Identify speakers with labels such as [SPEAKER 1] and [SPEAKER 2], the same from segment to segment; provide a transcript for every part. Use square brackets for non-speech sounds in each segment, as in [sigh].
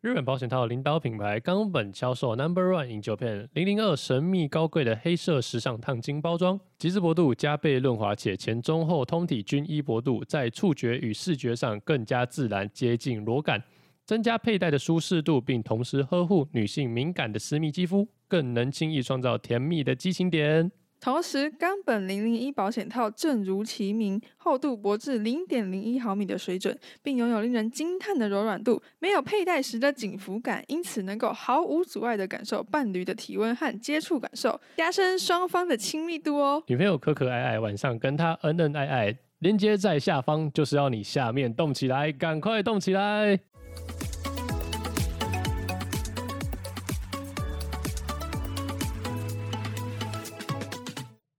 [SPEAKER 1] 日本保险套领导品牌冈本销售 Number One in Japan 零零二神秘高贵的黑色时尚烫金包装，极致薄度加倍润滑，且前中后通体均一薄度，在触觉与视觉上更加自然，接近裸感，增加佩戴的舒适度，并同时呵护女性敏感的私密肌肤，更能轻易创造甜蜜的激情点。
[SPEAKER 2] 同时，冈本零零一保险套正如其名，厚度薄至零点零一毫米的水准，并拥有令人惊叹的柔软度，没有佩戴时的紧缚感，因此能够毫无阻碍地感受伴侣的体温和接触感受，加深双方的亲密度哦。
[SPEAKER 1] 女朋友可可爱爱，晚上跟她恩恩爱爱，连接在下方，就是要你下面动起来，赶快动起来！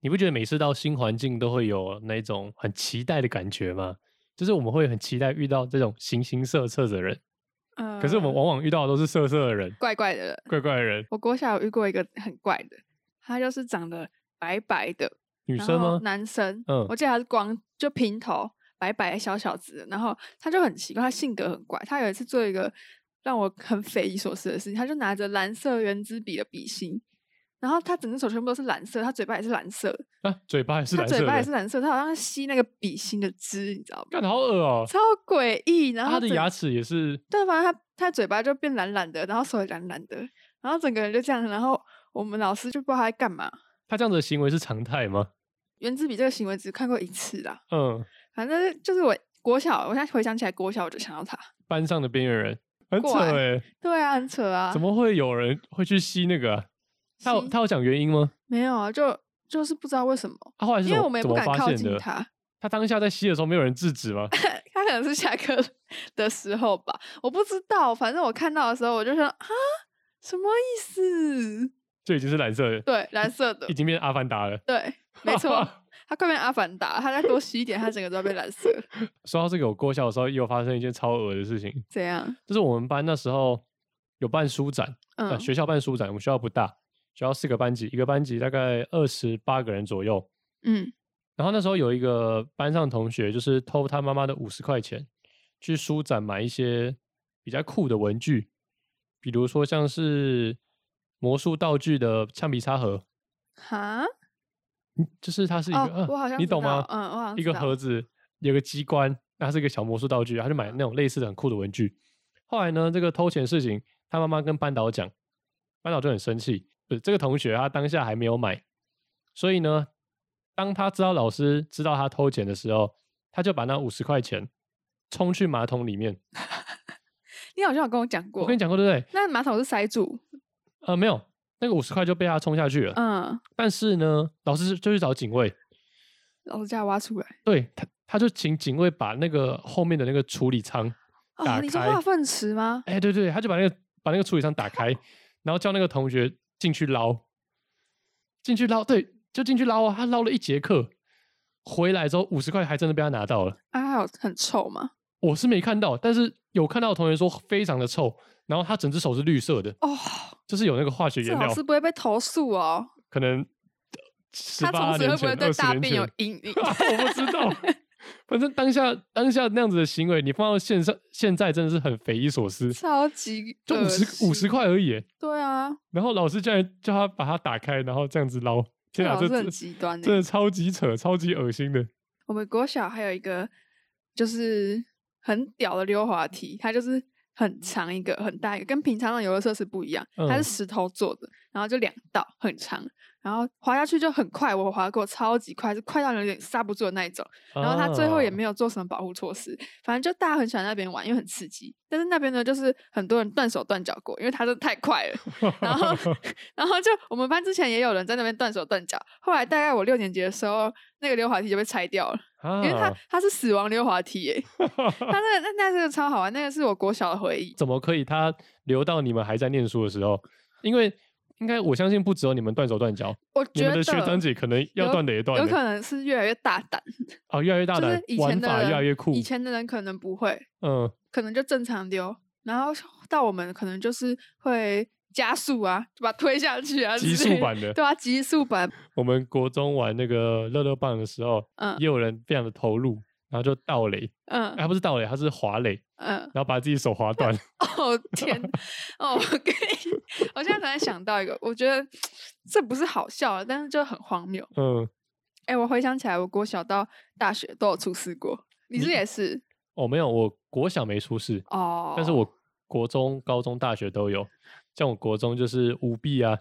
[SPEAKER 1] 你不觉得每次到新环境都会有那种很期待的感觉吗？就是我们会很期待遇到这种形形色色的人，
[SPEAKER 2] 呃
[SPEAKER 1] 可是我们往往遇到的都是色色的人、
[SPEAKER 2] 怪怪的了。
[SPEAKER 1] 怪怪的人。
[SPEAKER 2] 我国小有遇过一个很怪的，他就是长得白白的，
[SPEAKER 1] 女
[SPEAKER 2] 然
[SPEAKER 1] 生
[SPEAKER 2] 后
[SPEAKER 1] 吗？
[SPEAKER 2] 男生，
[SPEAKER 1] 嗯
[SPEAKER 2] 我记得他是光就平头，白白小小子的，然后他就很奇怪，他性格很怪。他有一次做一个让我很匪夷所思的事情，他就拿着蓝色圆珠笔的笔芯，然后他整只手全部都是蓝色，他嘴巴也是蓝色的，
[SPEAKER 1] 啊，嘴巴也是
[SPEAKER 2] 他
[SPEAKER 1] 蓝色
[SPEAKER 2] 嘴巴也
[SPEAKER 1] 的
[SPEAKER 2] 是，蓝色，他好像在吸那个笔芯的汁，你知道吗？
[SPEAKER 1] 干好恶哦、啊
[SPEAKER 2] 超诡异，然后
[SPEAKER 1] 他的
[SPEAKER 2] 整
[SPEAKER 1] 牙齿也是
[SPEAKER 2] 但反正他他嘴巴就变蓝蓝的，然后手也蓝蓝的，然后整个人就这样，然后我们老师就不知道他在干嘛。
[SPEAKER 1] 他这样子的行为是常态吗？
[SPEAKER 2] 圆珠笔这个行为只看过一次啦，
[SPEAKER 1] 嗯，
[SPEAKER 2] 反正就是我国小，我现在回想起来，国小我就想到他。
[SPEAKER 1] 班上的边缘人很扯
[SPEAKER 2] 怪
[SPEAKER 1] 哎、
[SPEAKER 2] 对啊，很扯啊。
[SPEAKER 1] 怎么会有人会去吸那个啊、他有
[SPEAKER 2] 吸
[SPEAKER 1] 他有讲原因吗？
[SPEAKER 2] 没有啊？就就是不知道为什么，
[SPEAKER 1] 他后来是
[SPEAKER 2] 因
[SPEAKER 1] 怎
[SPEAKER 2] 为
[SPEAKER 1] 么
[SPEAKER 2] 我们也
[SPEAKER 1] 怎
[SPEAKER 2] 不
[SPEAKER 1] 么
[SPEAKER 2] 敢
[SPEAKER 1] 发
[SPEAKER 2] 靠
[SPEAKER 1] 现
[SPEAKER 2] 近
[SPEAKER 1] 的？
[SPEAKER 2] 他。 [laughs]
[SPEAKER 1] 他当下在吸的时候，没有人制止吗？
[SPEAKER 2] 他可能是下课 [laughs] 的时候吧，我不知道。反正我看到的时候，我就说啊，什么意思？
[SPEAKER 1] 就已经是蓝色的，
[SPEAKER 2] [laughs] 对，蓝色
[SPEAKER 1] [laughs]
[SPEAKER 2] 的
[SPEAKER 1] 已，经变阿凡达了。
[SPEAKER 2] 对，
[SPEAKER 1] [laughs]
[SPEAKER 2] 没错。他快变阿凡达，他再多吸一点，他整个都要变蓝色。
[SPEAKER 1] 说到这个，我过校的时候也有发生一件超恶的事情，
[SPEAKER 2] 怎样？
[SPEAKER 1] 就是我们班那时候有办书展，呃，
[SPEAKER 2] 嗯，
[SPEAKER 1] 学校办书展，我们学校不大，学校四个班级，一个班级大概二十八个人左右。
[SPEAKER 2] 嗯，
[SPEAKER 1] 然后那时候有一个班上同学，就是偷他妈妈的五十块钱，去书展买一些比较酷的文具，比如说像是魔术道具的橡皮擦盒，
[SPEAKER 2] 哈，
[SPEAKER 1] 嗯就是它是一个，
[SPEAKER 2] 哦
[SPEAKER 1] 嗯
[SPEAKER 2] 我好像
[SPEAKER 1] 你
[SPEAKER 2] 知
[SPEAKER 1] 懂吗
[SPEAKER 2] 道？嗯我好像
[SPEAKER 1] 一
[SPEAKER 2] 知
[SPEAKER 1] 个
[SPEAKER 2] 道
[SPEAKER 1] 盒子有个机关，它是一个小魔术道具，他就买那种类似的很酷的文具。后来呢，这个偷钱事情，他妈妈跟班导讲，班导就很生气，不是这个同学他当下还没有买，所以呢，当他知道老师知道他偷钱的时候，他就把那五十块钱冲去马桶里面。
[SPEAKER 2] 你好像有跟我讲过。
[SPEAKER 1] 我跟你讲过对不对？
[SPEAKER 2] 那马桶是塞住，
[SPEAKER 1] 呃，没有，那个五十块就被他冲下去了。
[SPEAKER 2] 嗯，
[SPEAKER 1] 但是呢，老师就去找警卫，
[SPEAKER 2] 老师叫他挖出来。
[SPEAKER 1] 对他，他就请警卫把那个后面的那个处理仓打
[SPEAKER 2] 哦，你说
[SPEAKER 1] 开
[SPEAKER 2] 化粪池吗？
[SPEAKER 1] 哎、对对，他就把那个把那个处理箱打开，然后叫那个同学进去捞，进去捞，对，就进去捞啊！他捞了一节课，回来之后五十块还真的被他拿到了。
[SPEAKER 2] 啊，它有很臭吗？
[SPEAKER 1] 我是没看到，但是有看到的同学说非常的臭，然后他整只手是绿色的，
[SPEAKER 2] 哦，
[SPEAKER 1] 就是有那个化学
[SPEAKER 2] 这
[SPEAKER 1] 颜
[SPEAKER 2] 老
[SPEAKER 1] 料
[SPEAKER 2] 师，不会被投诉哦。
[SPEAKER 1] 可能十
[SPEAKER 2] 他
[SPEAKER 1] 八
[SPEAKER 2] 从此
[SPEAKER 1] 年
[SPEAKER 2] 会不
[SPEAKER 1] 前、
[SPEAKER 2] 会对
[SPEAKER 1] 二十
[SPEAKER 2] 大
[SPEAKER 1] 年
[SPEAKER 2] 便有 [laughs]
[SPEAKER 1] 前，？
[SPEAKER 2] 阴影
[SPEAKER 1] 我不知道。反正当下当下那样子的行为，你放到现上现在真的是很匪夷所思，
[SPEAKER 2] 超级
[SPEAKER 1] 就五十
[SPEAKER 2] 恶
[SPEAKER 1] 五十
[SPEAKER 2] 心
[SPEAKER 1] 块而已耶、
[SPEAKER 2] 对啊，
[SPEAKER 1] 然后老师竟然叫他把它打开，然后这样子捞。
[SPEAKER 2] 这
[SPEAKER 1] 天啊，
[SPEAKER 2] 老
[SPEAKER 1] 这
[SPEAKER 2] 师很
[SPEAKER 1] 这
[SPEAKER 2] 极端欸
[SPEAKER 1] 真的超级扯，超级恶心的。
[SPEAKER 2] 我们国小还有一个就是很屌的溜滑梯，它就是很长一个很大一个，跟平常的游乐设施不一样，它
[SPEAKER 1] 嗯
[SPEAKER 2] 是石头做的，然后就两道很长，然后滑下去就很快，我滑过超级快，是快到有点刹不住的那一种。然后他最后也没
[SPEAKER 1] 有，
[SPEAKER 2] 有做什么保护措施，反正就大家很喜欢那边玩，因为很刺激。但是那边呢，就是很多人断手断脚过，因为他真的太快了。
[SPEAKER 1] 啊 [laughs]
[SPEAKER 2] 然后，然后就我们班之前也有人在那边断手断脚，后来大概我六年级的时候，那个溜滑梯就被拆掉了，
[SPEAKER 1] [laughs] 啊、
[SPEAKER 2] 因为它它是死亡溜滑梯
[SPEAKER 1] [laughs]
[SPEAKER 2] 耶、它那个那那个超好玩，那个是我国小的回忆。
[SPEAKER 1] 怎么可以他留到你们还在念书的时候？因为应该我相信不只有你们断手断脚，
[SPEAKER 2] 我
[SPEAKER 1] 你
[SPEAKER 2] 觉
[SPEAKER 1] 们
[SPEAKER 2] 得
[SPEAKER 1] 的学长姐可能要
[SPEAKER 2] 有
[SPEAKER 1] 断的也断
[SPEAKER 2] 有
[SPEAKER 1] 了，
[SPEAKER 2] 可能是越来越大胆，
[SPEAKER 1] 哦，越来越大
[SPEAKER 2] 就
[SPEAKER 1] 胆
[SPEAKER 2] 是以，前
[SPEAKER 1] 玩
[SPEAKER 2] 的
[SPEAKER 1] 法
[SPEAKER 2] 人
[SPEAKER 1] 越来越酷。
[SPEAKER 2] 以前的人可能不会，
[SPEAKER 1] 嗯，
[SPEAKER 2] 可能就正常溜，然后到我们可能就是会加速啊，就把它推下去啊之类
[SPEAKER 1] 极
[SPEAKER 2] 的，
[SPEAKER 1] 速版的
[SPEAKER 2] 对啊，极速版，
[SPEAKER 1] 我们国中玩那个乐乐棒的时候，
[SPEAKER 2] 嗯
[SPEAKER 1] 也有人非常的投入，然后就倒垒，啊
[SPEAKER 2] 嗯
[SPEAKER 1] 他不是倒垒，他是滑垒，
[SPEAKER 2] 嗯，
[SPEAKER 1] 然后把自己手滑
[SPEAKER 2] [laughs]
[SPEAKER 1] 断。
[SPEAKER 2] 哦天，哦，我跟你，我现在突然想到一个，我觉得这不是好笑啊了，但是就很荒谬。
[SPEAKER 1] 嗯，
[SPEAKER 2] 哎、我回想起来，我国小到大学都有出事过，你是不
[SPEAKER 1] 你
[SPEAKER 2] 是也是
[SPEAKER 1] 哦，没有，我国小没出事，
[SPEAKER 2] 哦，
[SPEAKER 1] 但是我国中、高中、大学都有。像我国中就是舞弊啊，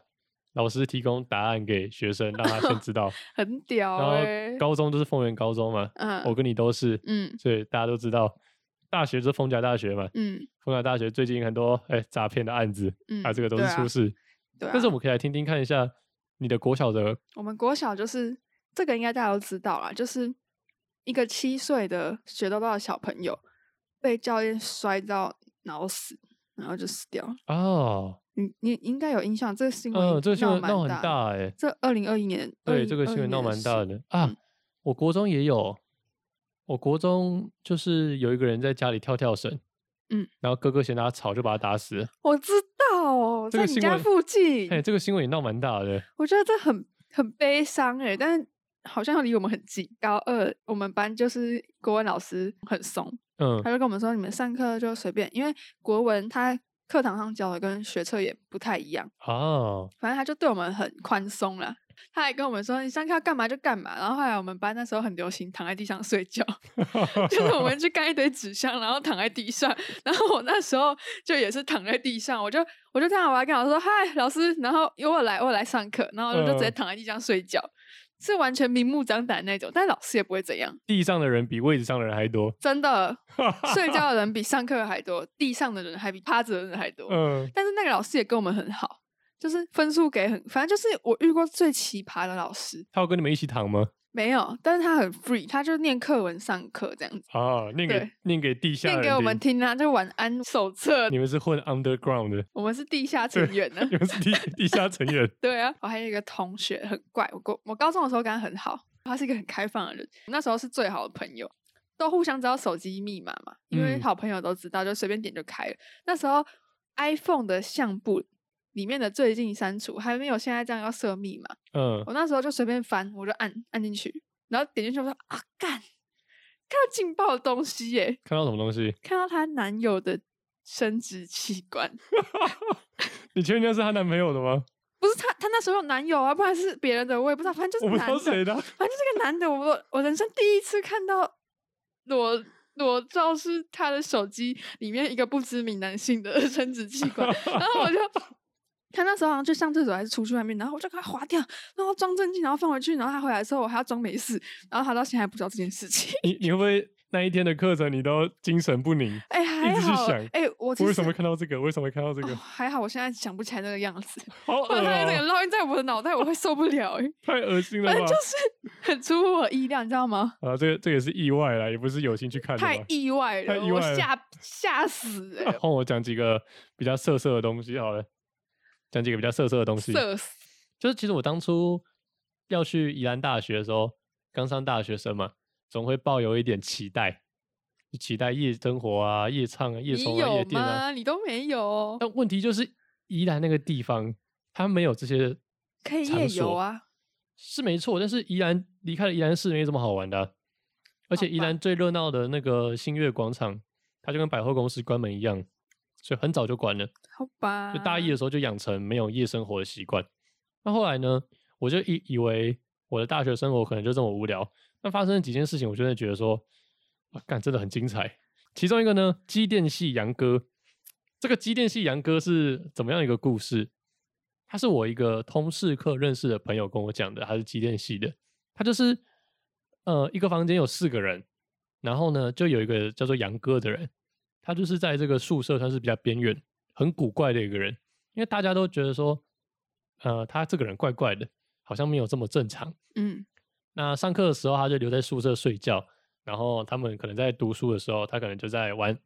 [SPEAKER 1] 老师提供答案给学生，让他先知
[SPEAKER 2] [laughs]
[SPEAKER 1] 道。
[SPEAKER 2] 很屌
[SPEAKER 1] 然
[SPEAKER 2] 哎、
[SPEAKER 1] 后高中就是丰原高中嘛，
[SPEAKER 2] 嗯，
[SPEAKER 1] 我跟你都是，
[SPEAKER 2] 嗯
[SPEAKER 1] 所以大家都知道。大学就是丰甲大学嘛，
[SPEAKER 2] 嗯
[SPEAKER 1] 丰甲大学最近很多哎诈骗的案子，
[SPEAKER 2] 嗯，
[SPEAKER 1] 啊，这个都
[SPEAKER 2] 对
[SPEAKER 1] 是出
[SPEAKER 2] 啊。
[SPEAKER 1] 事。
[SPEAKER 2] 对啊
[SPEAKER 1] 但是我们可以来听听看一下你的国小的，
[SPEAKER 2] 我们国小就是这个，应该大家都知道啦，就是一个七岁的学到到的小朋友被教练摔到脑死，然后就死掉了。
[SPEAKER 1] 哦，
[SPEAKER 2] 你你应该有印象，这个新闻
[SPEAKER 1] 嗯，这个新闻
[SPEAKER 2] 闹
[SPEAKER 1] 闹很
[SPEAKER 2] 蛮的
[SPEAKER 1] 大哎、
[SPEAKER 2] 这二零二一年，
[SPEAKER 1] 对，
[SPEAKER 2] 2021
[SPEAKER 1] 这个新闻闹
[SPEAKER 2] 年
[SPEAKER 1] 蛮大
[SPEAKER 2] 事。
[SPEAKER 1] 的啊、
[SPEAKER 2] 嗯
[SPEAKER 1] 我国中也有，我国中就是有一个人在家里跳跳绳，
[SPEAKER 2] 嗯，
[SPEAKER 1] 然后哥哥嫌他吵，就把他打死了。
[SPEAKER 2] 我知道哦，
[SPEAKER 1] 这
[SPEAKER 2] 在
[SPEAKER 1] 个
[SPEAKER 2] 你
[SPEAKER 1] 新
[SPEAKER 2] 家
[SPEAKER 1] 闻
[SPEAKER 2] 附近，
[SPEAKER 1] 哎、这个新闻也闹蛮大的。
[SPEAKER 2] 我觉得这很很悲伤哎，但是好像离我们很近。高二我们班就是国文老师很怂，
[SPEAKER 1] 嗯
[SPEAKER 2] [laughs] 他就跟我们说，你们上课就随便，因为国文他课堂上教的跟学测也不太一样，
[SPEAKER 1] 啊，
[SPEAKER 2] 反正他就对我们很宽松啦。他还跟我们说，你上课要干嘛就干嘛。然后后来我们班那时候很流行躺在地上睡觉， [laughs] 就是我们去干一堆纸箱，然后躺在地上。 [laughs] 然后我那时候就也是躺在地上，我就我就这样，我还跟老师说嗨，老师，然后因为我来我来上课，然后我就直接
[SPEAKER 1] 嗯
[SPEAKER 2] 躺在地上睡觉，是完全明目张胆那种，但老师也不会怎样，
[SPEAKER 1] 地上的人比位置上的人还
[SPEAKER 2] [laughs]
[SPEAKER 1] 多。[laughs]
[SPEAKER 2] 真的，睡觉的人比上课还多，地上的人还比趴着的人还多。
[SPEAKER 1] 嗯，
[SPEAKER 2] 但是那个老师也跟我们很好，就是分数给很，反正就是我遇过最奇葩的老师，
[SPEAKER 1] 他有跟你们一起躺吗？
[SPEAKER 2] 没有，但是他很 free，他就念课文上课这样子，
[SPEAKER 1] 啊，
[SPEAKER 2] [laughs]
[SPEAKER 1] 念给
[SPEAKER 2] 对
[SPEAKER 1] 念给地下
[SPEAKER 2] 念
[SPEAKER 1] 人
[SPEAKER 2] 给我们
[SPEAKER 1] 听。
[SPEAKER 2] 听啊，就晚安手册，
[SPEAKER 1] 你们是混 underground 的，
[SPEAKER 2] 我们是地下成员呢、
[SPEAKER 1] 你们是
[SPEAKER 2] [laughs]
[SPEAKER 1] 地地下成员。
[SPEAKER 2] 对啊，我还有一个同学很怪，我高我高中的时候跟他很好，他是一个很开放的人，那时候是最好的朋友，都互相知道手机密码嘛，因为
[SPEAKER 1] 嗯
[SPEAKER 2] 好朋友都知道，就随便点就开了。那时候 iPhone 的相簿里面的最近删除还没有现在这样要设密码， [laughs]
[SPEAKER 1] 嗯，
[SPEAKER 2] 我那时候就随便翻，我就按按进去，然后点进去我说啊干，看到劲爆的东西耶，
[SPEAKER 1] 看到什么东西？
[SPEAKER 2] 看到她男友的生殖器官。
[SPEAKER 1] 你确定那是她男朋友的
[SPEAKER 2] [laughs]
[SPEAKER 1] 吗？
[SPEAKER 2] 不是她，她那时候有男友啊，不然是别人的，我也不知道，反正就
[SPEAKER 1] 我不知
[SPEAKER 2] 是
[SPEAKER 1] 道
[SPEAKER 2] 男的。
[SPEAKER 1] 谁
[SPEAKER 2] [laughs]
[SPEAKER 1] 的啊。
[SPEAKER 2] 反正这个男的，我我人生第一次看到裸裸照是他的手机里面一个不知名男性的 [laughs] 生殖器官，然后
[SPEAKER 1] [laughs]
[SPEAKER 2] 我就。他那时候好像去上厕所还是出去外面，然后我就给他划掉，然后装正经，然后放回去，然后他回来的时候我还要装没事，然后他到现在还不知道这件事情。 [laughs]
[SPEAKER 1] 你你会不会那一天的课程你都精神不宁？
[SPEAKER 2] 哎、还
[SPEAKER 1] 直去
[SPEAKER 2] 好
[SPEAKER 1] 想，
[SPEAKER 2] 哎、我其
[SPEAKER 1] 我为
[SPEAKER 2] 实
[SPEAKER 1] 什么会看到这个？我为什么会看到这
[SPEAKER 2] 哦
[SPEAKER 1] 个？
[SPEAKER 2] 还好，我现在想不起来那个样子，
[SPEAKER 1] [laughs] 好恶
[SPEAKER 2] 不然他那
[SPEAKER 1] 哦、
[SPEAKER 2] 个烙印在我的脑袋，我会受不了、哎，
[SPEAKER 1] 太恶心了
[SPEAKER 2] 反正
[SPEAKER 1] 吧！
[SPEAKER 2] 就是很出乎我意料，你知道吗？
[SPEAKER 1] 啊，这个这个也是意外啦，也不是有心去看的
[SPEAKER 2] 太
[SPEAKER 1] 嘛。
[SPEAKER 2] 意外了，
[SPEAKER 1] 太意
[SPEAKER 2] 我
[SPEAKER 1] 外了
[SPEAKER 2] 吓吓死哎、
[SPEAKER 1] 换我讲几个比较色色的东西好了，讲几个比较色色的东西。
[SPEAKER 2] 社死！
[SPEAKER 1] 就是其实我当初要去宜兰大学的时候，刚上大学生嘛，总会抱有一点期待，就期待夜生活啊、夜唱啊、夜
[SPEAKER 2] 你
[SPEAKER 1] 冲啊、夜
[SPEAKER 2] 有
[SPEAKER 1] 店啊。
[SPEAKER 2] 吗？你都没有，
[SPEAKER 1] 但问题就是宜兰那个地方，它没有这些
[SPEAKER 2] 可以
[SPEAKER 1] 场
[SPEAKER 2] 夜游
[SPEAKER 1] 所
[SPEAKER 2] 啊。
[SPEAKER 1] 是没错，但是宜兰离开了宜兰市没什么好玩的啊、而且
[SPEAKER 2] 好
[SPEAKER 1] 宜
[SPEAKER 2] 吧
[SPEAKER 1] 兰最热闹的那个新月广场，它就跟百货公司关门一样，所以很早就关了。
[SPEAKER 2] 好吧，
[SPEAKER 1] 就大一的时候就养成没有夜生活的习惯。那后来呢，我就以以为我的大学生活可能就这么无聊。那发生了几件事情，我真的觉得说，啊，干真的很精彩。其中一个呢，机电系杨哥，这个机电系杨哥是怎么样一个故事？他是我一个通识课认识的朋友跟我讲的，他是机电系的。他就是呃，一个房间有四个人，然后呢，就有一个叫做杨哥的人，他就是在这个宿舍算是比较边缘，很古怪的一个人，因为大家都觉得说，呃，他这个人怪怪的，好像没有这么正常。
[SPEAKER 2] 嗯
[SPEAKER 1] 那上课的时候，他就留在宿舍睡觉，然后他们可能在读书的时候，他可能就在玩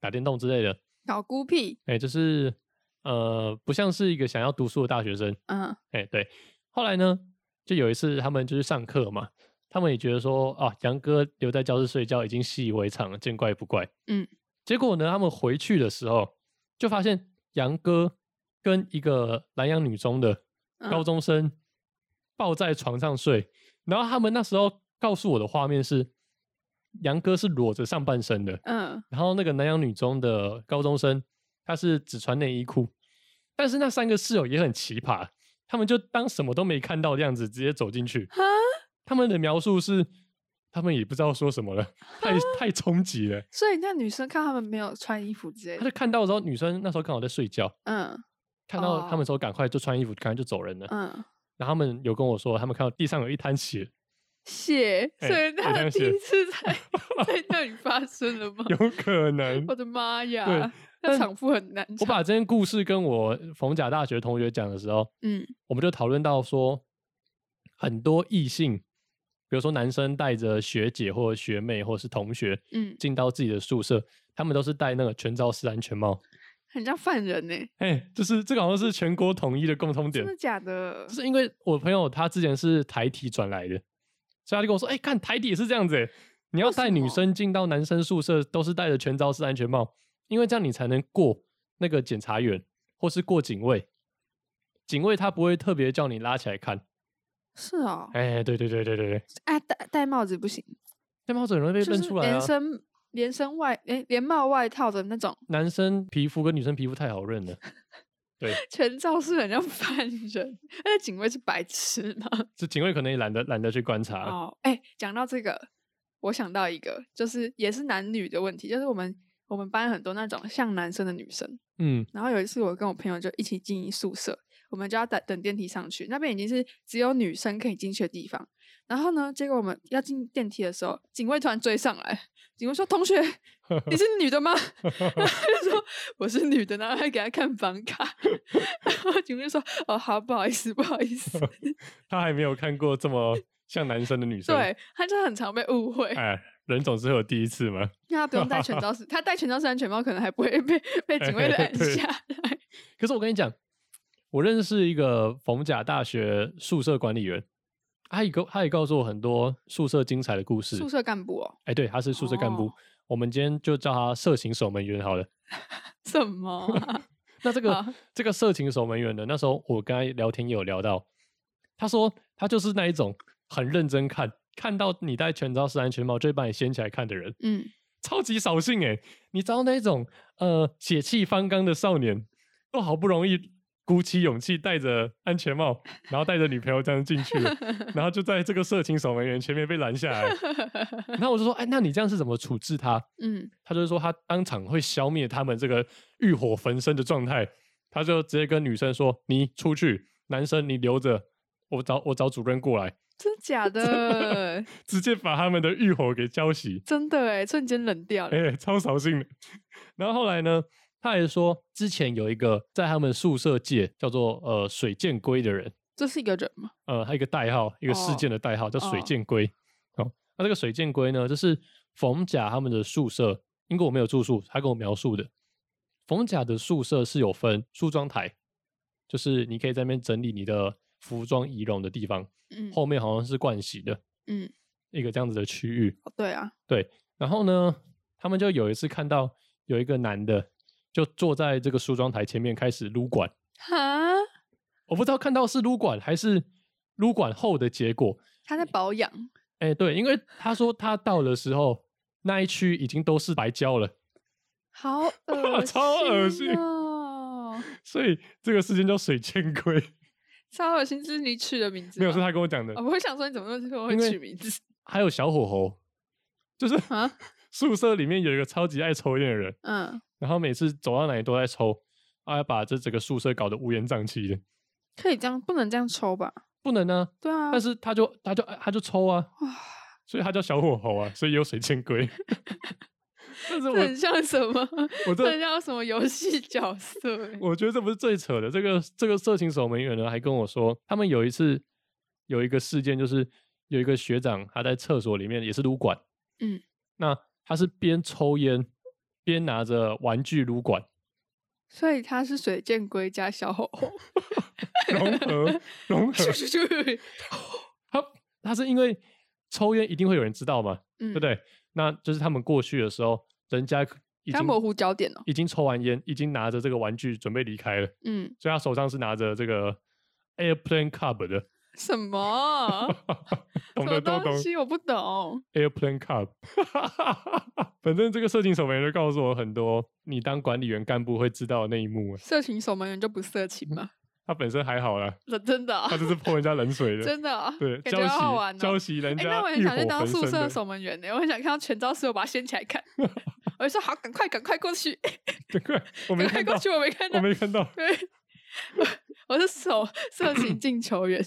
[SPEAKER 1] 打电动之类的。
[SPEAKER 2] 搞孤僻，
[SPEAKER 1] 哎、就是呃，不像是一个想要读书的大学生。
[SPEAKER 2] 嗯
[SPEAKER 1] 哎、对。后来呢，就有一次他们就是上课嘛，他们也觉得说啊，杨哥留在教室睡觉已经习以为常了，见怪不怪。
[SPEAKER 2] 嗯，
[SPEAKER 1] 结果呢，他们回去的时候就发现杨哥跟一个南洋女中的高
[SPEAKER 2] 嗯
[SPEAKER 1] 中生抱在床上睡，然后他们那时候告诉我的画面是，杨哥是裸着上半身的，
[SPEAKER 2] 嗯，
[SPEAKER 1] 然后那个南洋女中的高中生，她是只穿内衣裤，但是那三个室友也很奇葩，他们就当什么都没看到的样子，直接走进去
[SPEAKER 2] 哈。
[SPEAKER 1] 他们的描述是，他们也不知道说什么了，太太冲击了。
[SPEAKER 2] 所以那女生看他们没有穿衣服之类
[SPEAKER 1] 他
[SPEAKER 2] 的，
[SPEAKER 1] 就看到的时候，女生那时候刚好在睡觉，
[SPEAKER 2] 嗯
[SPEAKER 1] 看到他
[SPEAKER 2] 哦
[SPEAKER 1] 们的时候赶快就穿衣服，赶快就走人了。
[SPEAKER 2] 嗯，
[SPEAKER 1] 然后他们有跟我说，他们看到地上有一滩血，
[SPEAKER 2] 血，
[SPEAKER 1] 哎
[SPEAKER 2] 所以
[SPEAKER 1] 有
[SPEAKER 2] 他
[SPEAKER 1] 像
[SPEAKER 2] 们第
[SPEAKER 1] 血
[SPEAKER 2] 一次在
[SPEAKER 1] [laughs]
[SPEAKER 2] 在那里发生了吗？
[SPEAKER 1] 有可能
[SPEAKER 2] [laughs] 我。的妈呀，那
[SPEAKER 1] 但
[SPEAKER 2] 场妇很难
[SPEAKER 1] 我
[SPEAKER 2] 产，
[SPEAKER 1] 把这件故事跟我逢甲大学同学讲的时候，
[SPEAKER 2] 嗯
[SPEAKER 1] 我们就讨论到说，很多异性，比如说男生带着学姐或学妹或是同学
[SPEAKER 2] 嗯，
[SPEAKER 1] 进到自己的宿舍，他们都是戴那个全罩式安全帽。
[SPEAKER 2] 很像犯人呢、
[SPEAKER 1] 哎，就是这个好像是全国统一的共通点
[SPEAKER 2] 真的，假的
[SPEAKER 1] 就？是因为我朋友他之前是台体转来的，所以他就跟我说：“哎、看台体也是这样子、欸，你要
[SPEAKER 2] 为什
[SPEAKER 1] 带女
[SPEAKER 2] 么
[SPEAKER 1] 生进到男生宿舍，都是戴着全罩式安全帽，因为这样你才能过那个检察员或是过警卫。警卫他不会特别叫你拉起来看。
[SPEAKER 2] 是哦，
[SPEAKER 1] 哎、对对对对对对，
[SPEAKER 2] 哎、戴戴帽子不行，
[SPEAKER 1] 那帽子很容易被
[SPEAKER 2] 就
[SPEAKER 1] 认
[SPEAKER 2] 是
[SPEAKER 1] 出来啊
[SPEAKER 2] 连。身连身外连连帽外套的那种 [laughs]
[SPEAKER 1] 男生皮肤跟女生皮肤太好认了，对，
[SPEAKER 2] 全罩式，很像犯人。 [laughs] 那警卫是白痴吗？
[SPEAKER 1] 这警卫可能也懒得懒得去观察。
[SPEAKER 2] 哦，哎、讲到这个，我想到一个，就是也是男女的问题，就是我们我们班很多那种像男生的女生，
[SPEAKER 1] 嗯，
[SPEAKER 2] 然后有一次我跟我朋友就一起进宿舍，我们就要等等电梯上去，那边已经是只有女生可以进去的地方。然后呢，结果我们要进电梯的时候，警卫突然追上来，警卫说：“同学，你是女的吗？” [laughs] 然后他就说：“我是女的。”然后还给他看房卡， [laughs] 然后警卫说：“哦，好，不好意思，不好意
[SPEAKER 1] [laughs]
[SPEAKER 2] 思。
[SPEAKER 1] 他还没有看过这
[SPEAKER 2] [laughs]
[SPEAKER 1] 么像男生的女”生。，
[SPEAKER 2] 对，他就很常被误会。
[SPEAKER 1] 哎，人总是会有第一次嘛。
[SPEAKER 2] 那他不用戴全
[SPEAKER 1] [laughs]
[SPEAKER 2] 罩式，他戴全罩式安全帽可能还不会被被警卫拦
[SPEAKER 1] 对
[SPEAKER 2] 下来。
[SPEAKER 1] 可是我跟你讲，我认识一个逢甲大学宿舍管理员，他也告他也告诉我很多宿舍精彩的故事。
[SPEAKER 2] 宿舍干部哦， [laughs]
[SPEAKER 1] 哎、对，他是宿舍干部，
[SPEAKER 2] 哦
[SPEAKER 1] 我们今天就叫他社情守门员好了。
[SPEAKER 2] 什么啊、
[SPEAKER 1] [laughs] 那这个
[SPEAKER 2] 好
[SPEAKER 1] 这个社情守门员呢，那时候我跟他聊天也有聊到，他说他就是那一种很认真看，看到你戴全罩式安全帽就会把你掀起来看的人，
[SPEAKER 2] 嗯，
[SPEAKER 1] 超级扫兴哎、你知道那一种呃血气方刚的少年，都好不容易鼓起勇气，戴着安全帽，然后带着女朋友这样进去了，然后就在这个色情守门员前面被拦下来。然后我就说，哎，那你这样是怎么处置他？
[SPEAKER 2] 嗯，
[SPEAKER 1] 他就是说他当场会消灭他们这个欲火焚身的状态，他就直接跟女生说：“你出去，男生你留着，我找我找主任过来。”
[SPEAKER 2] 真假的， [laughs]
[SPEAKER 1] 直接把他们的欲火给浇熄。
[SPEAKER 2] 真的哎，瞬间冷掉了。
[SPEAKER 1] 哎、超扫兴的。 [laughs] 然后后来呢，他还说之前有一个在他们宿舍界叫做呃水箭龟的人，
[SPEAKER 2] 这是一个人吗？
[SPEAKER 1] 呃，还有一个代号，一个事
[SPEAKER 2] 哦
[SPEAKER 1] 件的代号、叫水
[SPEAKER 2] 哦
[SPEAKER 1] 箭龟。哦，那这个水箭龟呢，就是冯甲他们的宿舍，因为我没有住宿，他跟我描述的。冯甲的宿舍是有分梳妆台，就是你可以在那边整理你的服装仪容的地方，
[SPEAKER 2] 嗯，
[SPEAKER 1] 后面好像是盥洗的，
[SPEAKER 2] 嗯，
[SPEAKER 1] 一个这样子的区域。
[SPEAKER 2] 哦对啊，
[SPEAKER 1] 然后呢，他们就有一次看到有一个男的就坐在这个梳妆台前面开始撸管，
[SPEAKER 2] 哈，
[SPEAKER 1] 我不知道看到是撸管还是撸管后的结果。
[SPEAKER 2] 他在保养，
[SPEAKER 1] 哎，对，因为他说他到的时候那一区已经都是白胶了， [laughs]
[SPEAKER 2] 好恶
[SPEAKER 1] 超恶心 [laughs]
[SPEAKER 2] 哦，
[SPEAKER 1] 所以这个事情叫水箭
[SPEAKER 2] [laughs]
[SPEAKER 1] 龟，
[SPEAKER 2] 超恶心，这是你取的名字
[SPEAKER 1] 没有是
[SPEAKER 2] 吗
[SPEAKER 1] 他跟我讲的
[SPEAKER 2] 哦。我想说你怎么那么会
[SPEAKER 1] 因为
[SPEAKER 2] 取名字
[SPEAKER 1] 还有小火猴，就是
[SPEAKER 2] 啊？
[SPEAKER 1] 宿舍里面有一个超级爱抽烟的人，
[SPEAKER 2] 嗯，
[SPEAKER 1] 然后每次走到哪里都在抽，啊，把这整个宿舍搞得乌烟瘴气的，
[SPEAKER 2] 可以这样，不能这样抽吧？
[SPEAKER 1] 不能啊。
[SPEAKER 2] 对啊，
[SPEAKER 1] 但是他就他就他就抽啊，
[SPEAKER 2] 哇，
[SPEAKER 1] 所以它叫小火猴啊，所以有水箭龟。 [laughs] 但是
[SPEAKER 2] 这
[SPEAKER 1] 我
[SPEAKER 2] 很像什么？
[SPEAKER 1] 我
[SPEAKER 2] 这很
[SPEAKER 1] 这
[SPEAKER 2] 像什么游戏角色欸？
[SPEAKER 1] 我觉得这不是最扯的，这个这个色情守门员呢还跟我说，他们有一次有一个事件，就是有一个学长他在厕所里面也是撸管，
[SPEAKER 2] 嗯，
[SPEAKER 1] 那他是边抽烟边拿着玩具撸管
[SPEAKER 2] 所以他是水箭龟加小火
[SPEAKER 1] [laughs]
[SPEAKER 2] 猴，
[SPEAKER 1] 融合融合
[SPEAKER 2] [laughs] 咻，咻咻，
[SPEAKER 1] 他他是因为抽烟一定会有人知道嘛，
[SPEAKER 2] 嗯，
[SPEAKER 1] 对不？对？那就是他们过去的时候，人家已
[SPEAKER 2] 他
[SPEAKER 1] 经
[SPEAKER 2] 模糊焦点哦，
[SPEAKER 1] 已经抽完烟，已经拿着这个玩具准备离开了。
[SPEAKER 2] 嗯，
[SPEAKER 1] 所以他手上是拿着这个 Airplane Cup 的，
[SPEAKER 2] 什么？
[SPEAKER 1] [laughs] 懂
[SPEAKER 2] 什
[SPEAKER 1] 的都
[SPEAKER 2] 么
[SPEAKER 1] 懂
[SPEAKER 2] 东。西我不懂。
[SPEAKER 1] Airplane Cup，反正这个社情守门员就告诉我很多你当管理员干部会知道的那一幕。啊
[SPEAKER 2] 色情守门员就不色情
[SPEAKER 1] 嗯
[SPEAKER 2] 嘛？
[SPEAKER 1] 他本身还好啦，
[SPEAKER 2] [laughs] 真真的啊、
[SPEAKER 1] 他就是泼人家冷水的，
[SPEAKER 2] 真的啊、
[SPEAKER 1] 对，
[SPEAKER 2] 感觉
[SPEAKER 1] 浇
[SPEAKER 2] 好好
[SPEAKER 1] 熄
[SPEAKER 2] 玩
[SPEAKER 1] 浇
[SPEAKER 2] 哦。
[SPEAKER 1] 熄人
[SPEAKER 2] 哎、
[SPEAKER 1] 家
[SPEAKER 2] 那我很
[SPEAKER 1] 欲
[SPEAKER 2] 想去
[SPEAKER 1] 火
[SPEAKER 2] 当
[SPEAKER 1] 焚
[SPEAKER 2] 宿
[SPEAKER 1] 身
[SPEAKER 2] 舍
[SPEAKER 1] 的。
[SPEAKER 2] 守门员呢、我很想看到全招室友把它掀
[SPEAKER 1] [laughs]
[SPEAKER 2] 起来看。我就说好，赶快赶快过去，
[SPEAKER 1] 对，
[SPEAKER 2] [laughs]
[SPEAKER 1] 我没
[SPEAKER 2] 赶快
[SPEAKER 1] 看到
[SPEAKER 2] 过，去，我没看
[SPEAKER 1] 我
[SPEAKER 2] 到。
[SPEAKER 1] 没看到。
[SPEAKER 2] 对，我 [laughs] 我是手色情进
[SPEAKER 1] [laughs]
[SPEAKER 2] 球员。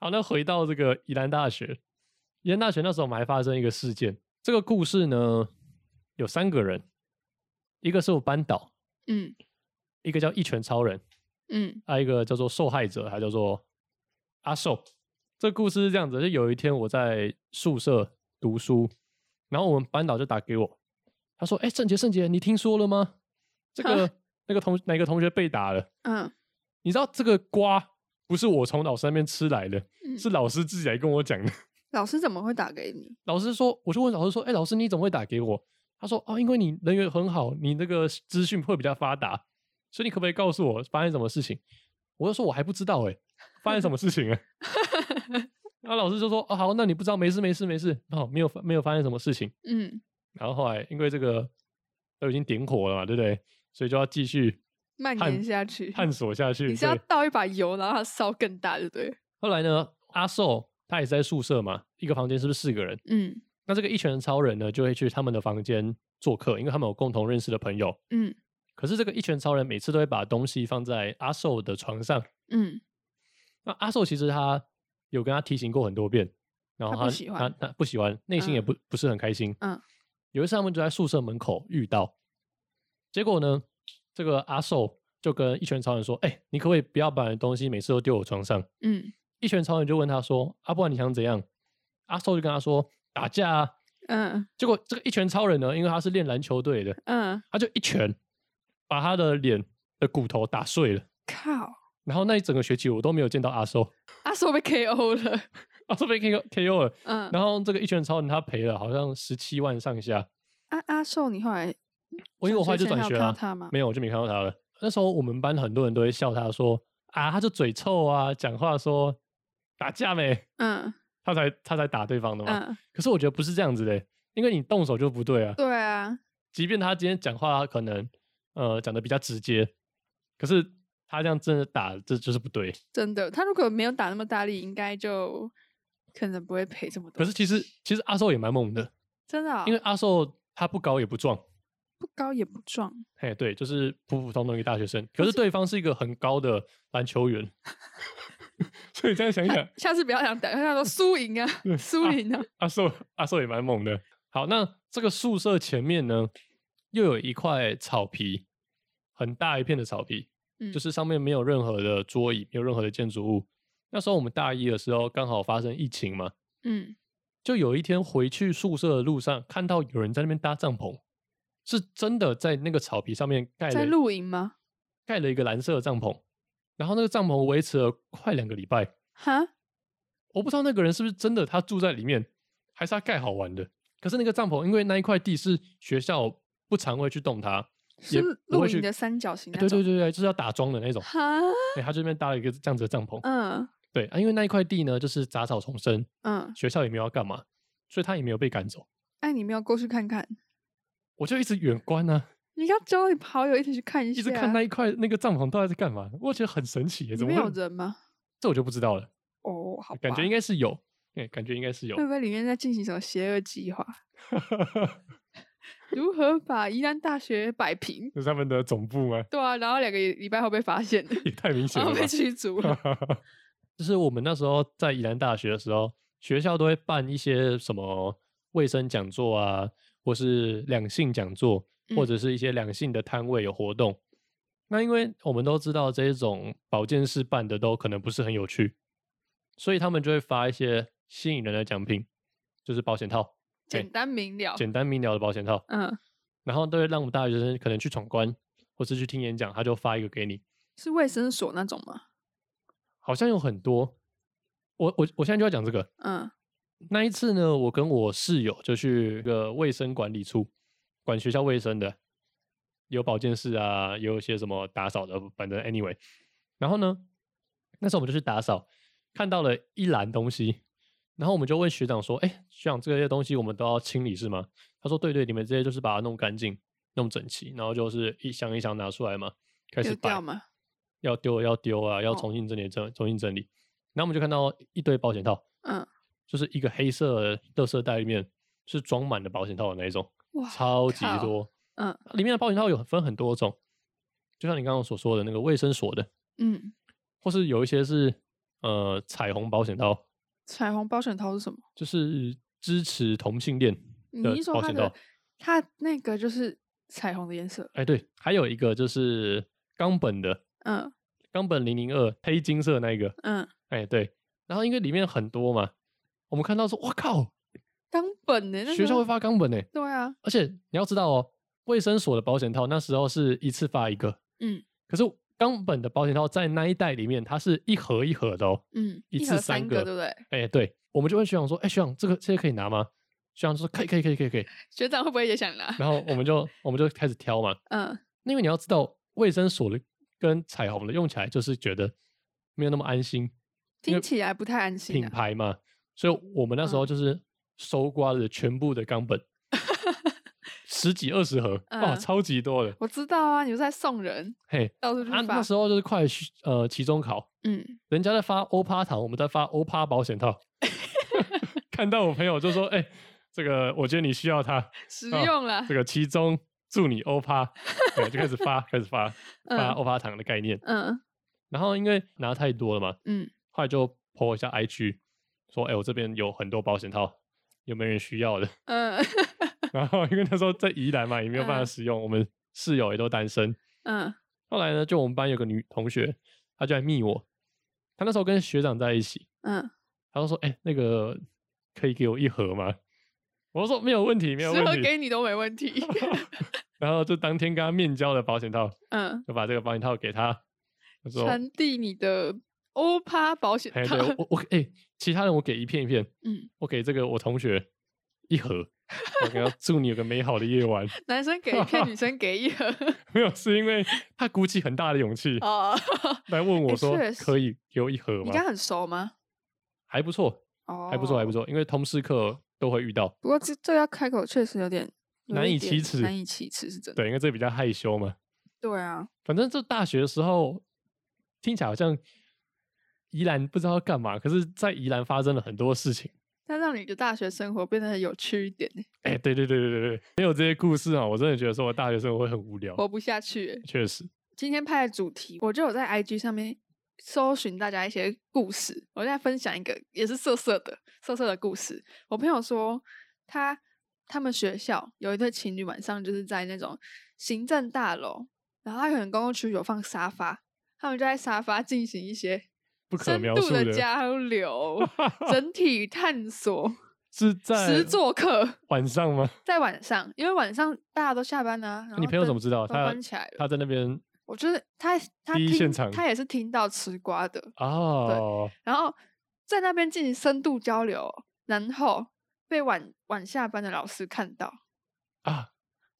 [SPEAKER 1] 好，那回到这个宜兰大学，宜兰大学那时候我们还发生一个事件。这个故事呢，有三个人，一个是我班导，
[SPEAKER 2] 嗯
[SPEAKER 1] 一个叫一拳超人，
[SPEAKER 2] 嗯
[SPEAKER 1] 啊还有一个叫做受害者，还叫做阿寿。这故事是这样子：就有一天我在宿舍读书，然后我们班导就打给我，他说：“哎、郑杰，郑杰，你听说了吗？这个那个同哪个同学被打了？
[SPEAKER 2] 嗯
[SPEAKER 1] 你知道这个瓜不是我从老师那边吃来的，
[SPEAKER 2] 嗯，
[SPEAKER 1] 是老师自己来跟我讲的。
[SPEAKER 2] 老师怎么会打给你？
[SPEAKER 1] 老师说，我就问老师说：，哎、老师你怎么会打给我？他说：哦，因为你人缘很好，你那个资讯会比较发达，所以你可不可以告诉我发生什么事情？我就说我还不知道哎、发生什么事情哎、然后老师就说：哦，好，那你不知道，没事没事没事，哦，没有发没有发生什么事情。
[SPEAKER 2] 嗯，
[SPEAKER 1] 然后后来因为这个都已经点火了嘛，对不对？所以就要继续
[SPEAKER 2] 蔓
[SPEAKER 1] 探
[SPEAKER 2] 延下去。
[SPEAKER 1] 探索下去。
[SPEAKER 2] 你是要
[SPEAKER 1] 对
[SPEAKER 2] 倒一把油，然后它烧更大，对不对？
[SPEAKER 1] 后来呢，阿寿他也是在宿舍嘛，一个房间是不是四个人？
[SPEAKER 2] 嗯
[SPEAKER 1] 那这个一拳超人呢，就会去他们的房间做客，因为他们有共同认识的朋友。
[SPEAKER 2] 嗯
[SPEAKER 1] 可是这个一拳超人每次都会把东西放在阿寿的床上。
[SPEAKER 2] 嗯，
[SPEAKER 1] 那阿寿其实他有跟他提醒过很多遍，然后他
[SPEAKER 2] 他不喜欢
[SPEAKER 1] 他他不喜欢，内心也
[SPEAKER 2] 嗯
[SPEAKER 1] 不、不是很开心。
[SPEAKER 2] 嗯，
[SPEAKER 1] 有一次他们就在宿舍门口遇到，结果呢，这个阿寿就跟一拳超人说：“哎、你可不可以不要把你的东西每次都丢我床上？”
[SPEAKER 2] 嗯
[SPEAKER 1] 一拳超人就问他说：“啊，不然你想怎样？”阿寿就跟他说：“打架啊。”
[SPEAKER 2] 嗯
[SPEAKER 1] 结果这个一拳超人呢，因为他是练篮球队的，
[SPEAKER 2] 嗯，
[SPEAKER 1] 他就一拳把他的脸的骨头打碎了。
[SPEAKER 2] 靠！
[SPEAKER 1] 然后那一整个学期我都没有见到阿寿， [laughs]
[SPEAKER 2] 阿寿被 KO 了。
[SPEAKER 1] 阿寿被 KO KO 了。
[SPEAKER 2] 嗯，
[SPEAKER 1] 然后这个一拳超人他赔了好像十七万上下，
[SPEAKER 2] 阿啊阿寿，你后来
[SPEAKER 1] 我因为我后来就转
[SPEAKER 2] 转
[SPEAKER 1] 学
[SPEAKER 2] 前还有看
[SPEAKER 1] 了
[SPEAKER 2] 到，他吗？
[SPEAKER 1] 没有我就没看到他了。那时候我们班很多人都会笑他说啊，他就嘴臭啊，讲话说打架没，
[SPEAKER 2] 嗯
[SPEAKER 1] 他才他才打对方的嘛。
[SPEAKER 2] 嗯，
[SPEAKER 1] 可是我觉得不是这样子的，因为你动手就不对啊。
[SPEAKER 2] 对啊，
[SPEAKER 1] 即便他今天讲话可能呃讲的比较直接，可是他这样真的打，这就是不对。
[SPEAKER 2] 真的，他如果没有打那么大力，应该就可能不会赔这么多。
[SPEAKER 1] 可是其实其实阿寿也蛮猛的，
[SPEAKER 2] 真的哦、
[SPEAKER 1] 因为阿寿他不高也不壮，
[SPEAKER 2] 不高也不壮，
[SPEAKER 1] 嘿，对，就是普普通通一个大学生。可是对方是一个很高的篮球员，所以这样想一想，
[SPEAKER 2] [laughs] 下次不要想打，他说输赢啊
[SPEAKER 1] 啊对，
[SPEAKER 2] 输赢啊，
[SPEAKER 1] 阿寿阿寿也蛮猛的。好，那这个宿舍前面呢，又有一块草皮，很大一片的草皮，
[SPEAKER 2] 嗯
[SPEAKER 1] 就是上面没有任何的桌椅，没有任何的建筑物。那时候我们大一的时候，刚好发生疫情嘛，
[SPEAKER 2] 嗯，
[SPEAKER 1] 就有一天回去宿舍的路上，看到有人在那边搭帐篷，是真的在那个草皮上面盖
[SPEAKER 2] 在
[SPEAKER 1] 了
[SPEAKER 2] 露营吗？
[SPEAKER 1] 盖了一个蓝色的帐篷，然后那个帐篷维持了快两个礼拜。
[SPEAKER 2] 哈，
[SPEAKER 1] 我不知道那个人是不是真的他住在里面，还是他盖好玩的。可是那个帐篷，因为那一块地是学校不常会去动它，也
[SPEAKER 2] 是
[SPEAKER 1] 不
[SPEAKER 2] 露
[SPEAKER 1] 会去
[SPEAKER 2] 营的三角形
[SPEAKER 1] 哎
[SPEAKER 2] 那
[SPEAKER 1] 对
[SPEAKER 2] 种，
[SPEAKER 1] 对对对，就是要打桩的那种。
[SPEAKER 2] 哈，
[SPEAKER 1] 对，他这边搭了一个这样子的帐篷。
[SPEAKER 2] 嗯
[SPEAKER 1] 对啊，因为那一块地呢，就是杂草丛生，
[SPEAKER 2] 嗯，
[SPEAKER 1] 学校也没有要干嘛，所以他也没有被赶走。
[SPEAKER 2] 哎，你没有过去看看？
[SPEAKER 1] 我就一直远观啊，
[SPEAKER 2] 你要交你好友一起去看一下，
[SPEAKER 1] 一直看那一块那个帐篷到底在干嘛，我觉得很神奇耶，
[SPEAKER 2] 啊里
[SPEAKER 1] 怎么
[SPEAKER 2] 面有
[SPEAKER 1] 会？
[SPEAKER 2] 人吗？
[SPEAKER 1] 这我就不知道了，
[SPEAKER 2] 哦，好吧，嗯
[SPEAKER 1] 感觉应该是有，对，感觉应该是有
[SPEAKER 2] 会。不会里面在进行什么邪恶计划？如何把宜兰大学摆平？
[SPEAKER 1] 这是他们的总部吗？
[SPEAKER 2] 对啊，然后两个礼拜后被
[SPEAKER 1] [laughs]
[SPEAKER 2] 发现，
[SPEAKER 1] 也太明显
[SPEAKER 2] 然
[SPEAKER 1] 了
[SPEAKER 2] 后
[SPEAKER 1] 吧
[SPEAKER 2] 被！驱逐了。
[SPEAKER 1] [laughs] 就是我们那时候在宜兰大学的时候，学校都会办一些什么卫生讲座啊，或是两性讲座，或
[SPEAKER 2] 嗯
[SPEAKER 1] 者是一些两性的摊位有活动。那因为我们都知道这种保健室办的都可能不是很有趣，所以他们就会发一些吸引人的奖品，就是保险套，
[SPEAKER 2] 简单明了。
[SPEAKER 1] 简单明了的保险套，
[SPEAKER 2] 嗯，
[SPEAKER 1] 然后都会让我们大学生可能去闯关或是去听演讲，他就发一个给你。
[SPEAKER 2] 是卫生所那种吗？
[SPEAKER 1] 好像有很多。我我我现在就要讲这个。
[SPEAKER 2] 嗯
[SPEAKER 1] 那一次呢，我跟我室友就去一个卫生管理处，管学校卫生的，有保健室啊，也有一些什么打扫的，反正 anyway。然后呢，那时候我们就去打扫，看到了一篮东西，然后我们就问学长说：“哎、学长，这些东西我们都要清理是吗？”他说：“对对，你们这些就是把它弄干净、弄整齐，然后就是一箱一箱拿出来嘛，开始
[SPEAKER 2] 丢
[SPEAKER 1] 摆
[SPEAKER 2] 掉，嘛。
[SPEAKER 1] 要丢要丢啊，要
[SPEAKER 2] 哦
[SPEAKER 1] 重新整理整重新整理。”然后我们就看到一堆保险套，
[SPEAKER 2] 嗯，
[SPEAKER 1] 就是一个黑色的垃圾袋里面是装满了保险套的那一种，
[SPEAKER 2] 哇，
[SPEAKER 1] 超级
[SPEAKER 2] 靠
[SPEAKER 1] 多。
[SPEAKER 2] 嗯
[SPEAKER 1] 里面的保险套有分很多种，就像你刚刚所说的那个卫生所的，
[SPEAKER 2] 嗯，
[SPEAKER 1] 或是有一些是呃彩虹保险套，
[SPEAKER 2] 彩虹保险套是什么？
[SPEAKER 1] 就是支持同性恋
[SPEAKER 2] 你
[SPEAKER 1] 的
[SPEAKER 2] 一说
[SPEAKER 1] 保
[SPEAKER 2] 它
[SPEAKER 1] 险套
[SPEAKER 2] 的。，它那个就是彩虹的颜色。
[SPEAKER 1] 哎，对，还有一个就是冈本的
[SPEAKER 2] 嗯
[SPEAKER 1] 冈本零零二黑金色那一个，
[SPEAKER 2] 嗯，
[SPEAKER 1] 哎对，然后因为里面很多嘛，我们看到说，哇靠，
[SPEAKER 2] 冈本呢、那
[SPEAKER 1] 学
[SPEAKER 2] 时
[SPEAKER 1] 校
[SPEAKER 2] 候
[SPEAKER 1] 会发冈本哎、
[SPEAKER 2] 对啊，
[SPEAKER 1] 而且你要知道哦，卫生所的保险套那时候是一次发一个，
[SPEAKER 2] 嗯
[SPEAKER 1] 可是冈本的保险套在那一袋里面，它是一盒一盒的哦。
[SPEAKER 2] 嗯，
[SPEAKER 1] 一
[SPEAKER 2] 一
[SPEAKER 1] 次
[SPEAKER 2] 盒
[SPEAKER 1] 三
[SPEAKER 2] 三
[SPEAKER 1] 个
[SPEAKER 2] 对不对？
[SPEAKER 1] 哎、对，我们就问学长说，哎、学长，这个这个可以拿吗？学长就说可以，可以，可以，可以，可以。
[SPEAKER 2] 学长会不会也想拿？
[SPEAKER 1] 然后我们就我们就开始挑嘛，
[SPEAKER 2] 嗯，
[SPEAKER 1] 因为你要知道，卫生所的跟彩虹的用起来就是觉得没有那么安心，因为
[SPEAKER 2] 听起来不太安心、
[SPEAKER 1] 品
[SPEAKER 2] 啊。
[SPEAKER 1] 牌嘛，所以我们那时
[SPEAKER 2] 嗯
[SPEAKER 1] 候就是搜刮了全部的冈本，十几二十盒，哇，
[SPEAKER 2] 嗯
[SPEAKER 1] 超级多的，
[SPEAKER 2] 我知道啊，你们在送人，
[SPEAKER 1] 嘿，
[SPEAKER 2] 到处去
[SPEAKER 1] 啊，
[SPEAKER 2] 发。
[SPEAKER 1] 那时候就是快需呃期中考，
[SPEAKER 2] 嗯，
[SPEAKER 1] 人家在发欧趴糖，我们在发欧趴保险
[SPEAKER 2] [laughs]
[SPEAKER 1] 套，看到我朋友就说，哎、这个我觉得你需要它。
[SPEAKER 2] 实
[SPEAKER 1] 哦
[SPEAKER 2] 用啦。
[SPEAKER 1] 这个其中祝你欧趴，对，就开始发，开始
[SPEAKER 2] [laughs]
[SPEAKER 1] 发发
[SPEAKER 2] 嗯
[SPEAKER 1] 欧趴糖的概念。
[SPEAKER 2] 嗯
[SPEAKER 1] 然后因为拿太多了嘛，
[SPEAKER 2] 嗯，
[SPEAKER 1] 后来就 po 一下 IG，说，哎、我这边有很多保险套，有没有人需要的？
[SPEAKER 2] 嗯
[SPEAKER 1] 然后因为那时候在宜兰嘛，也没有办法
[SPEAKER 2] 嗯
[SPEAKER 1] 使用，我们室友也都单身。
[SPEAKER 2] 嗯
[SPEAKER 1] 后来呢，就我们班有个女同学，她就来密我，她那时候跟学长在一起，
[SPEAKER 2] 嗯，
[SPEAKER 1] 她就说，哎、那个可以给我一盒吗？我就说没有问题，没有
[SPEAKER 2] 十盒
[SPEAKER 1] 问题。
[SPEAKER 2] 给你都没问
[SPEAKER 1] [laughs]
[SPEAKER 2] 题。
[SPEAKER 1] 然后就当天跟她面交的保险套，
[SPEAKER 2] 嗯，
[SPEAKER 1] 就把这个保险套给他。他说
[SPEAKER 2] 传递你的欧趴保：“险
[SPEAKER 1] 哎，
[SPEAKER 2] 套
[SPEAKER 1] 对。
[SPEAKER 2] [laughs]
[SPEAKER 1] 我我哎、其他人我给一片一片，
[SPEAKER 2] 嗯，
[SPEAKER 1] 我给这个我同学一盒，我给他祝你有个美好的夜晚。
[SPEAKER 2] 男生给一片，女生
[SPEAKER 1] [laughs]
[SPEAKER 2] 给一盒。
[SPEAKER 1] 没有，是因为他鼓起很大的勇气
[SPEAKER 2] 哦，
[SPEAKER 1] 来问我
[SPEAKER 2] 哎
[SPEAKER 1] 说
[SPEAKER 2] 确：“
[SPEAKER 1] 可以给我一盒
[SPEAKER 2] 你
[SPEAKER 1] 吗
[SPEAKER 2] 跟他很熟吗？？”
[SPEAKER 1] 还不错，
[SPEAKER 2] 哦，
[SPEAKER 1] 还不错，还不。错，因为通识课都会遇到。
[SPEAKER 2] 不过这这要开口确实有点有
[SPEAKER 1] 难
[SPEAKER 2] 一
[SPEAKER 1] 以启
[SPEAKER 2] 点
[SPEAKER 1] 齿
[SPEAKER 2] 难以启齿是真的。
[SPEAKER 1] 对，因为这比较害羞嘛。
[SPEAKER 2] 对啊，
[SPEAKER 1] 反正就大学的时候，听起来好像宜兰不知道要干嘛，可是在宜兰发生了很多事情。
[SPEAKER 2] 但让你的大学生活变得有趣一点，
[SPEAKER 1] 哎、对对对对对对，没有这些故事啊，我真的觉得说我大学生活会很无聊。
[SPEAKER 2] 活不下去欸。
[SPEAKER 1] 确实，
[SPEAKER 2] 今天拍的主题，我就有在 IG 上面搜寻大家一些故事，我在分享一个也是色色的色色的故事。我朋友说，他他们学校有一对情侣晚上就是在那种行政大楼，然后他可能公共区有放沙发，他们就在沙发进行一些
[SPEAKER 1] 不可
[SPEAKER 2] 深
[SPEAKER 1] 描
[SPEAKER 2] 度
[SPEAKER 1] 述
[SPEAKER 2] 的
[SPEAKER 1] 的 [laughs]
[SPEAKER 2] 交流、整体探索、
[SPEAKER 1] 是在
[SPEAKER 2] 实作课。
[SPEAKER 1] 晚上吗？
[SPEAKER 2] 在晚上，因为晚上大家都下班啊。然
[SPEAKER 1] 你
[SPEAKER 2] 后
[SPEAKER 1] 朋友怎
[SPEAKER 2] 灯
[SPEAKER 1] 么知道？
[SPEAKER 2] 都
[SPEAKER 1] 他
[SPEAKER 2] 关起来了
[SPEAKER 1] 他在那边
[SPEAKER 2] 我觉得他他
[SPEAKER 1] 第一
[SPEAKER 2] 听
[SPEAKER 1] 现场
[SPEAKER 2] 他也是听到吃瓜的，
[SPEAKER 1] 哦，
[SPEAKER 2] 然后在那边进行深度交流，然后被晚晚下班的老师看到，
[SPEAKER 1] 啊，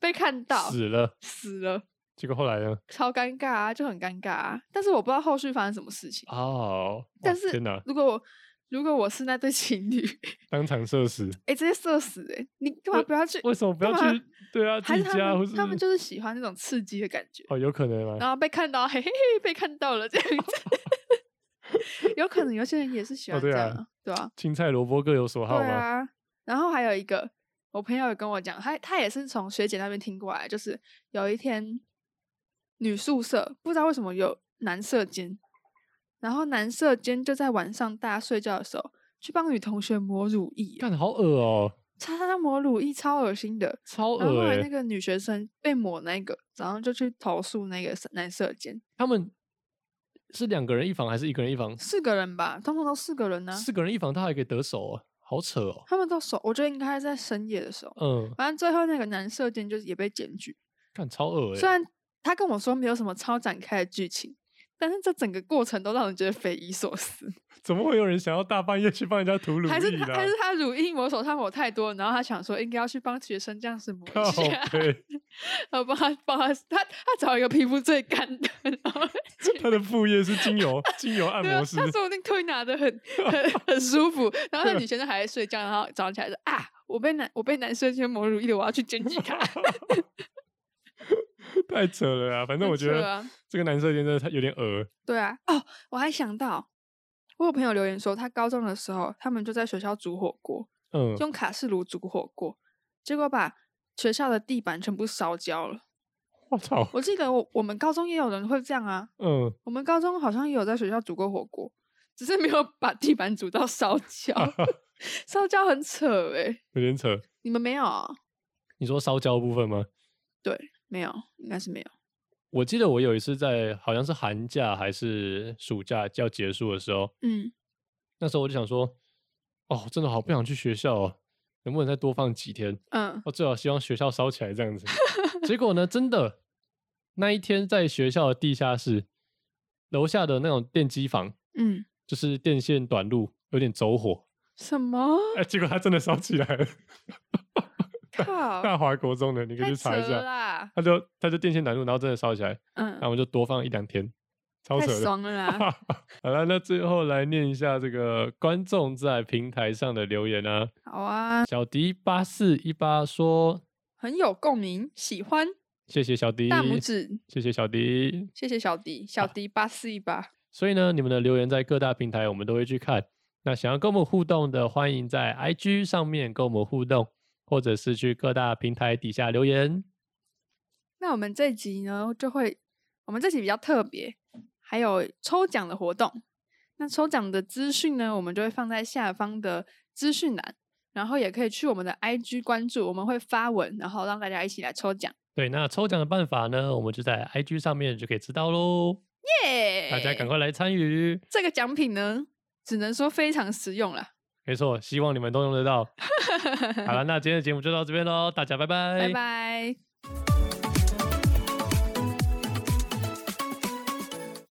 [SPEAKER 2] 被看到
[SPEAKER 1] 死了。
[SPEAKER 2] 死了，
[SPEAKER 1] 结果后来呢？
[SPEAKER 2] 超尴尬啊，就很尴尬啊。但是我不知道后续发生什么事情。
[SPEAKER 1] 哦，哇
[SPEAKER 2] 但是
[SPEAKER 1] 天哪，
[SPEAKER 2] 如果我如果我是那对情侣，
[SPEAKER 1] 当场射死，
[SPEAKER 2] 哎、直接射死哎、你干嘛
[SPEAKER 1] 为
[SPEAKER 2] 不要去？
[SPEAKER 1] [laughs] 为什么不要
[SPEAKER 2] 干嘛
[SPEAKER 1] 去？对啊，自
[SPEAKER 2] 还是
[SPEAKER 1] 己
[SPEAKER 2] 他
[SPEAKER 1] 家或
[SPEAKER 2] 们
[SPEAKER 1] 是
[SPEAKER 2] 他们就是喜欢那种刺激的感觉。
[SPEAKER 1] 哦，有可能
[SPEAKER 2] 然
[SPEAKER 1] 啊。
[SPEAKER 2] 后被看到，嘿嘿嘿，被看到了这样
[SPEAKER 1] [laughs]
[SPEAKER 2] 子。 [laughs] 有可能有些人也是喜
[SPEAKER 1] 哦，
[SPEAKER 2] 欢
[SPEAKER 1] 对
[SPEAKER 2] 这样
[SPEAKER 1] 啊
[SPEAKER 2] 啊，对吧、，
[SPEAKER 1] 青菜萝卜各有所好
[SPEAKER 2] 对
[SPEAKER 1] 嘛。
[SPEAKER 2] 啊。然后还有一个，我朋友有跟我讲，他他也是从学姐那边听过来，就是有一天女宿舍不知道为什么有男舍监，然后男舍监就在晚上大家睡觉的时候去帮女同学抹乳液，啊
[SPEAKER 1] 干，好恶哦，
[SPEAKER 2] 擦擦擦抹乳液超恶心的。
[SPEAKER 1] 超
[SPEAKER 2] 然后后
[SPEAKER 1] 恶
[SPEAKER 2] 来那
[SPEAKER 1] 哎。
[SPEAKER 2] 个女学生被抹那个，然后就去投诉那个男舍监。
[SPEAKER 1] 他们是两个人一房还是一个人一房？
[SPEAKER 2] 四个人吧，通常都四个人呢、
[SPEAKER 1] 四个人一房，他还可以得手哦，好扯哦。
[SPEAKER 2] 他们到手，我觉得应该是在深夜的时候。
[SPEAKER 1] 嗯，
[SPEAKER 2] 反正最后那个男射箭就是也被检举，
[SPEAKER 1] 干，超恶
[SPEAKER 2] 虽
[SPEAKER 1] 哎。
[SPEAKER 2] 然他跟我说没有什么超展开的剧情，但是这整个过程都让人觉得匪夷所思。
[SPEAKER 1] 怎么会有人想要大半夜去帮人家涂乳
[SPEAKER 2] 还是
[SPEAKER 1] 液
[SPEAKER 2] 他
[SPEAKER 1] 的
[SPEAKER 2] 还
[SPEAKER 1] 啊
[SPEAKER 2] 是？他乳液抹手上抹太多，然后他想说应该要去帮学生
[SPEAKER 1] [laughs]
[SPEAKER 2] 这样子抹一
[SPEAKER 1] 靠
[SPEAKER 2] 下，
[SPEAKER 1] 背 [laughs]
[SPEAKER 2] 然后帮他帮他他他找一个皮肤最干的，然后检
[SPEAKER 1] 他的副业是精油精油按
[SPEAKER 2] [laughs] 对啊
[SPEAKER 1] 摩，师，
[SPEAKER 2] 他说不定推拿的
[SPEAKER 1] [laughs]
[SPEAKER 2] 很很很舒服，然后那女
[SPEAKER 1] 啊
[SPEAKER 2] 生就还在睡觉，然后早上起来说啊，我被男我被男生先侮辱一了，我要去检举
[SPEAKER 1] [laughs]
[SPEAKER 2] 他。
[SPEAKER 1] 太扯了啊！反正
[SPEAKER 2] 很
[SPEAKER 1] 我觉
[SPEAKER 2] 扯
[SPEAKER 1] 得
[SPEAKER 2] 啊
[SPEAKER 1] 这个男射箭真的太有点恶
[SPEAKER 2] 对啊，哦，我还想到，我有朋友留言说，他高中的时候，他们就在学校煮火锅，
[SPEAKER 1] 嗯
[SPEAKER 2] 就，用卡式炉煮火锅，结果把学校的地板全部烧焦了。
[SPEAKER 1] 我操，
[SPEAKER 2] 我记得我我们高中也有人会这样啊，
[SPEAKER 1] 嗯，
[SPEAKER 2] 我们高中好像也有在学校煮过火锅，只是没有把地板煮到烧
[SPEAKER 1] [laughs]
[SPEAKER 2] 焦，烧焦很扯哎、
[SPEAKER 1] 有点扯。
[SPEAKER 2] 你们没有啊？
[SPEAKER 1] 你说烧焦的部分吗？
[SPEAKER 2] 没有，应该是没有。
[SPEAKER 1] 我记得我有一次在好像是寒假还是暑假要结束的时候，
[SPEAKER 2] 嗯，
[SPEAKER 1] 那时候我就想说，哦，真的好不想去学校哦，能不能再多放几天？
[SPEAKER 2] 嗯，
[SPEAKER 1] 我最好希望学校烧起来这样子。结果呢，真的那一天在学校的地下室楼下的那种电机房，
[SPEAKER 2] 嗯，
[SPEAKER 1] 就是电线短路，有点走火，[laughs]
[SPEAKER 2] 什么？
[SPEAKER 1] 哎、结果它真的烧起来了。
[SPEAKER 2] 靠，
[SPEAKER 1] 大华国中的，你可以
[SPEAKER 2] 太
[SPEAKER 1] 去
[SPEAKER 2] 扯
[SPEAKER 1] 查一
[SPEAKER 2] 了
[SPEAKER 1] 下。
[SPEAKER 2] 啦！
[SPEAKER 1] 他就他就电线短路，然后真的烧起来，
[SPEAKER 2] 嗯
[SPEAKER 1] 那，我们就多放一两天，超
[SPEAKER 2] 太
[SPEAKER 1] 扯的。
[SPEAKER 2] 爽了啦！
[SPEAKER 1] [laughs] 好了，那最后来念一下这个观众在平台上的留言啊。
[SPEAKER 2] 好啊，
[SPEAKER 1] 小迪八四一八说
[SPEAKER 2] 很有共鸣，喜欢：“
[SPEAKER 1] 谢谢小迪，
[SPEAKER 2] 大拇指，
[SPEAKER 1] 谢谢小迪。
[SPEAKER 2] 谢谢小
[SPEAKER 1] 啊
[SPEAKER 2] 迪，小迪八四一八，”
[SPEAKER 1] 所以呢，你们的留言在各大平台我们都会去看。那想要跟我们互动的，欢迎在 IG 上面跟我们互动，或者是去各大平台底下留言。
[SPEAKER 2] 那我们这集呢，就会我们这集比较特别，还有抽奖的活动。那抽奖的资讯呢，我们就会放在下方的资讯栏，然后也可以去我们的 IG 关注，我们会发文，然后让大家一起来抽奖。
[SPEAKER 1] 对，那抽奖的办法呢，我们就在 IG 上面就可以知道喽。
[SPEAKER 2] 耶！
[SPEAKER 1] 大家赶！快来参与。
[SPEAKER 2] 这个奖品呢，只能说非常实用啦。
[SPEAKER 1] 没错，希望你哎们都用得到。好了，那今天的节目就到这边喽，大家拜拜，
[SPEAKER 2] 拜拜。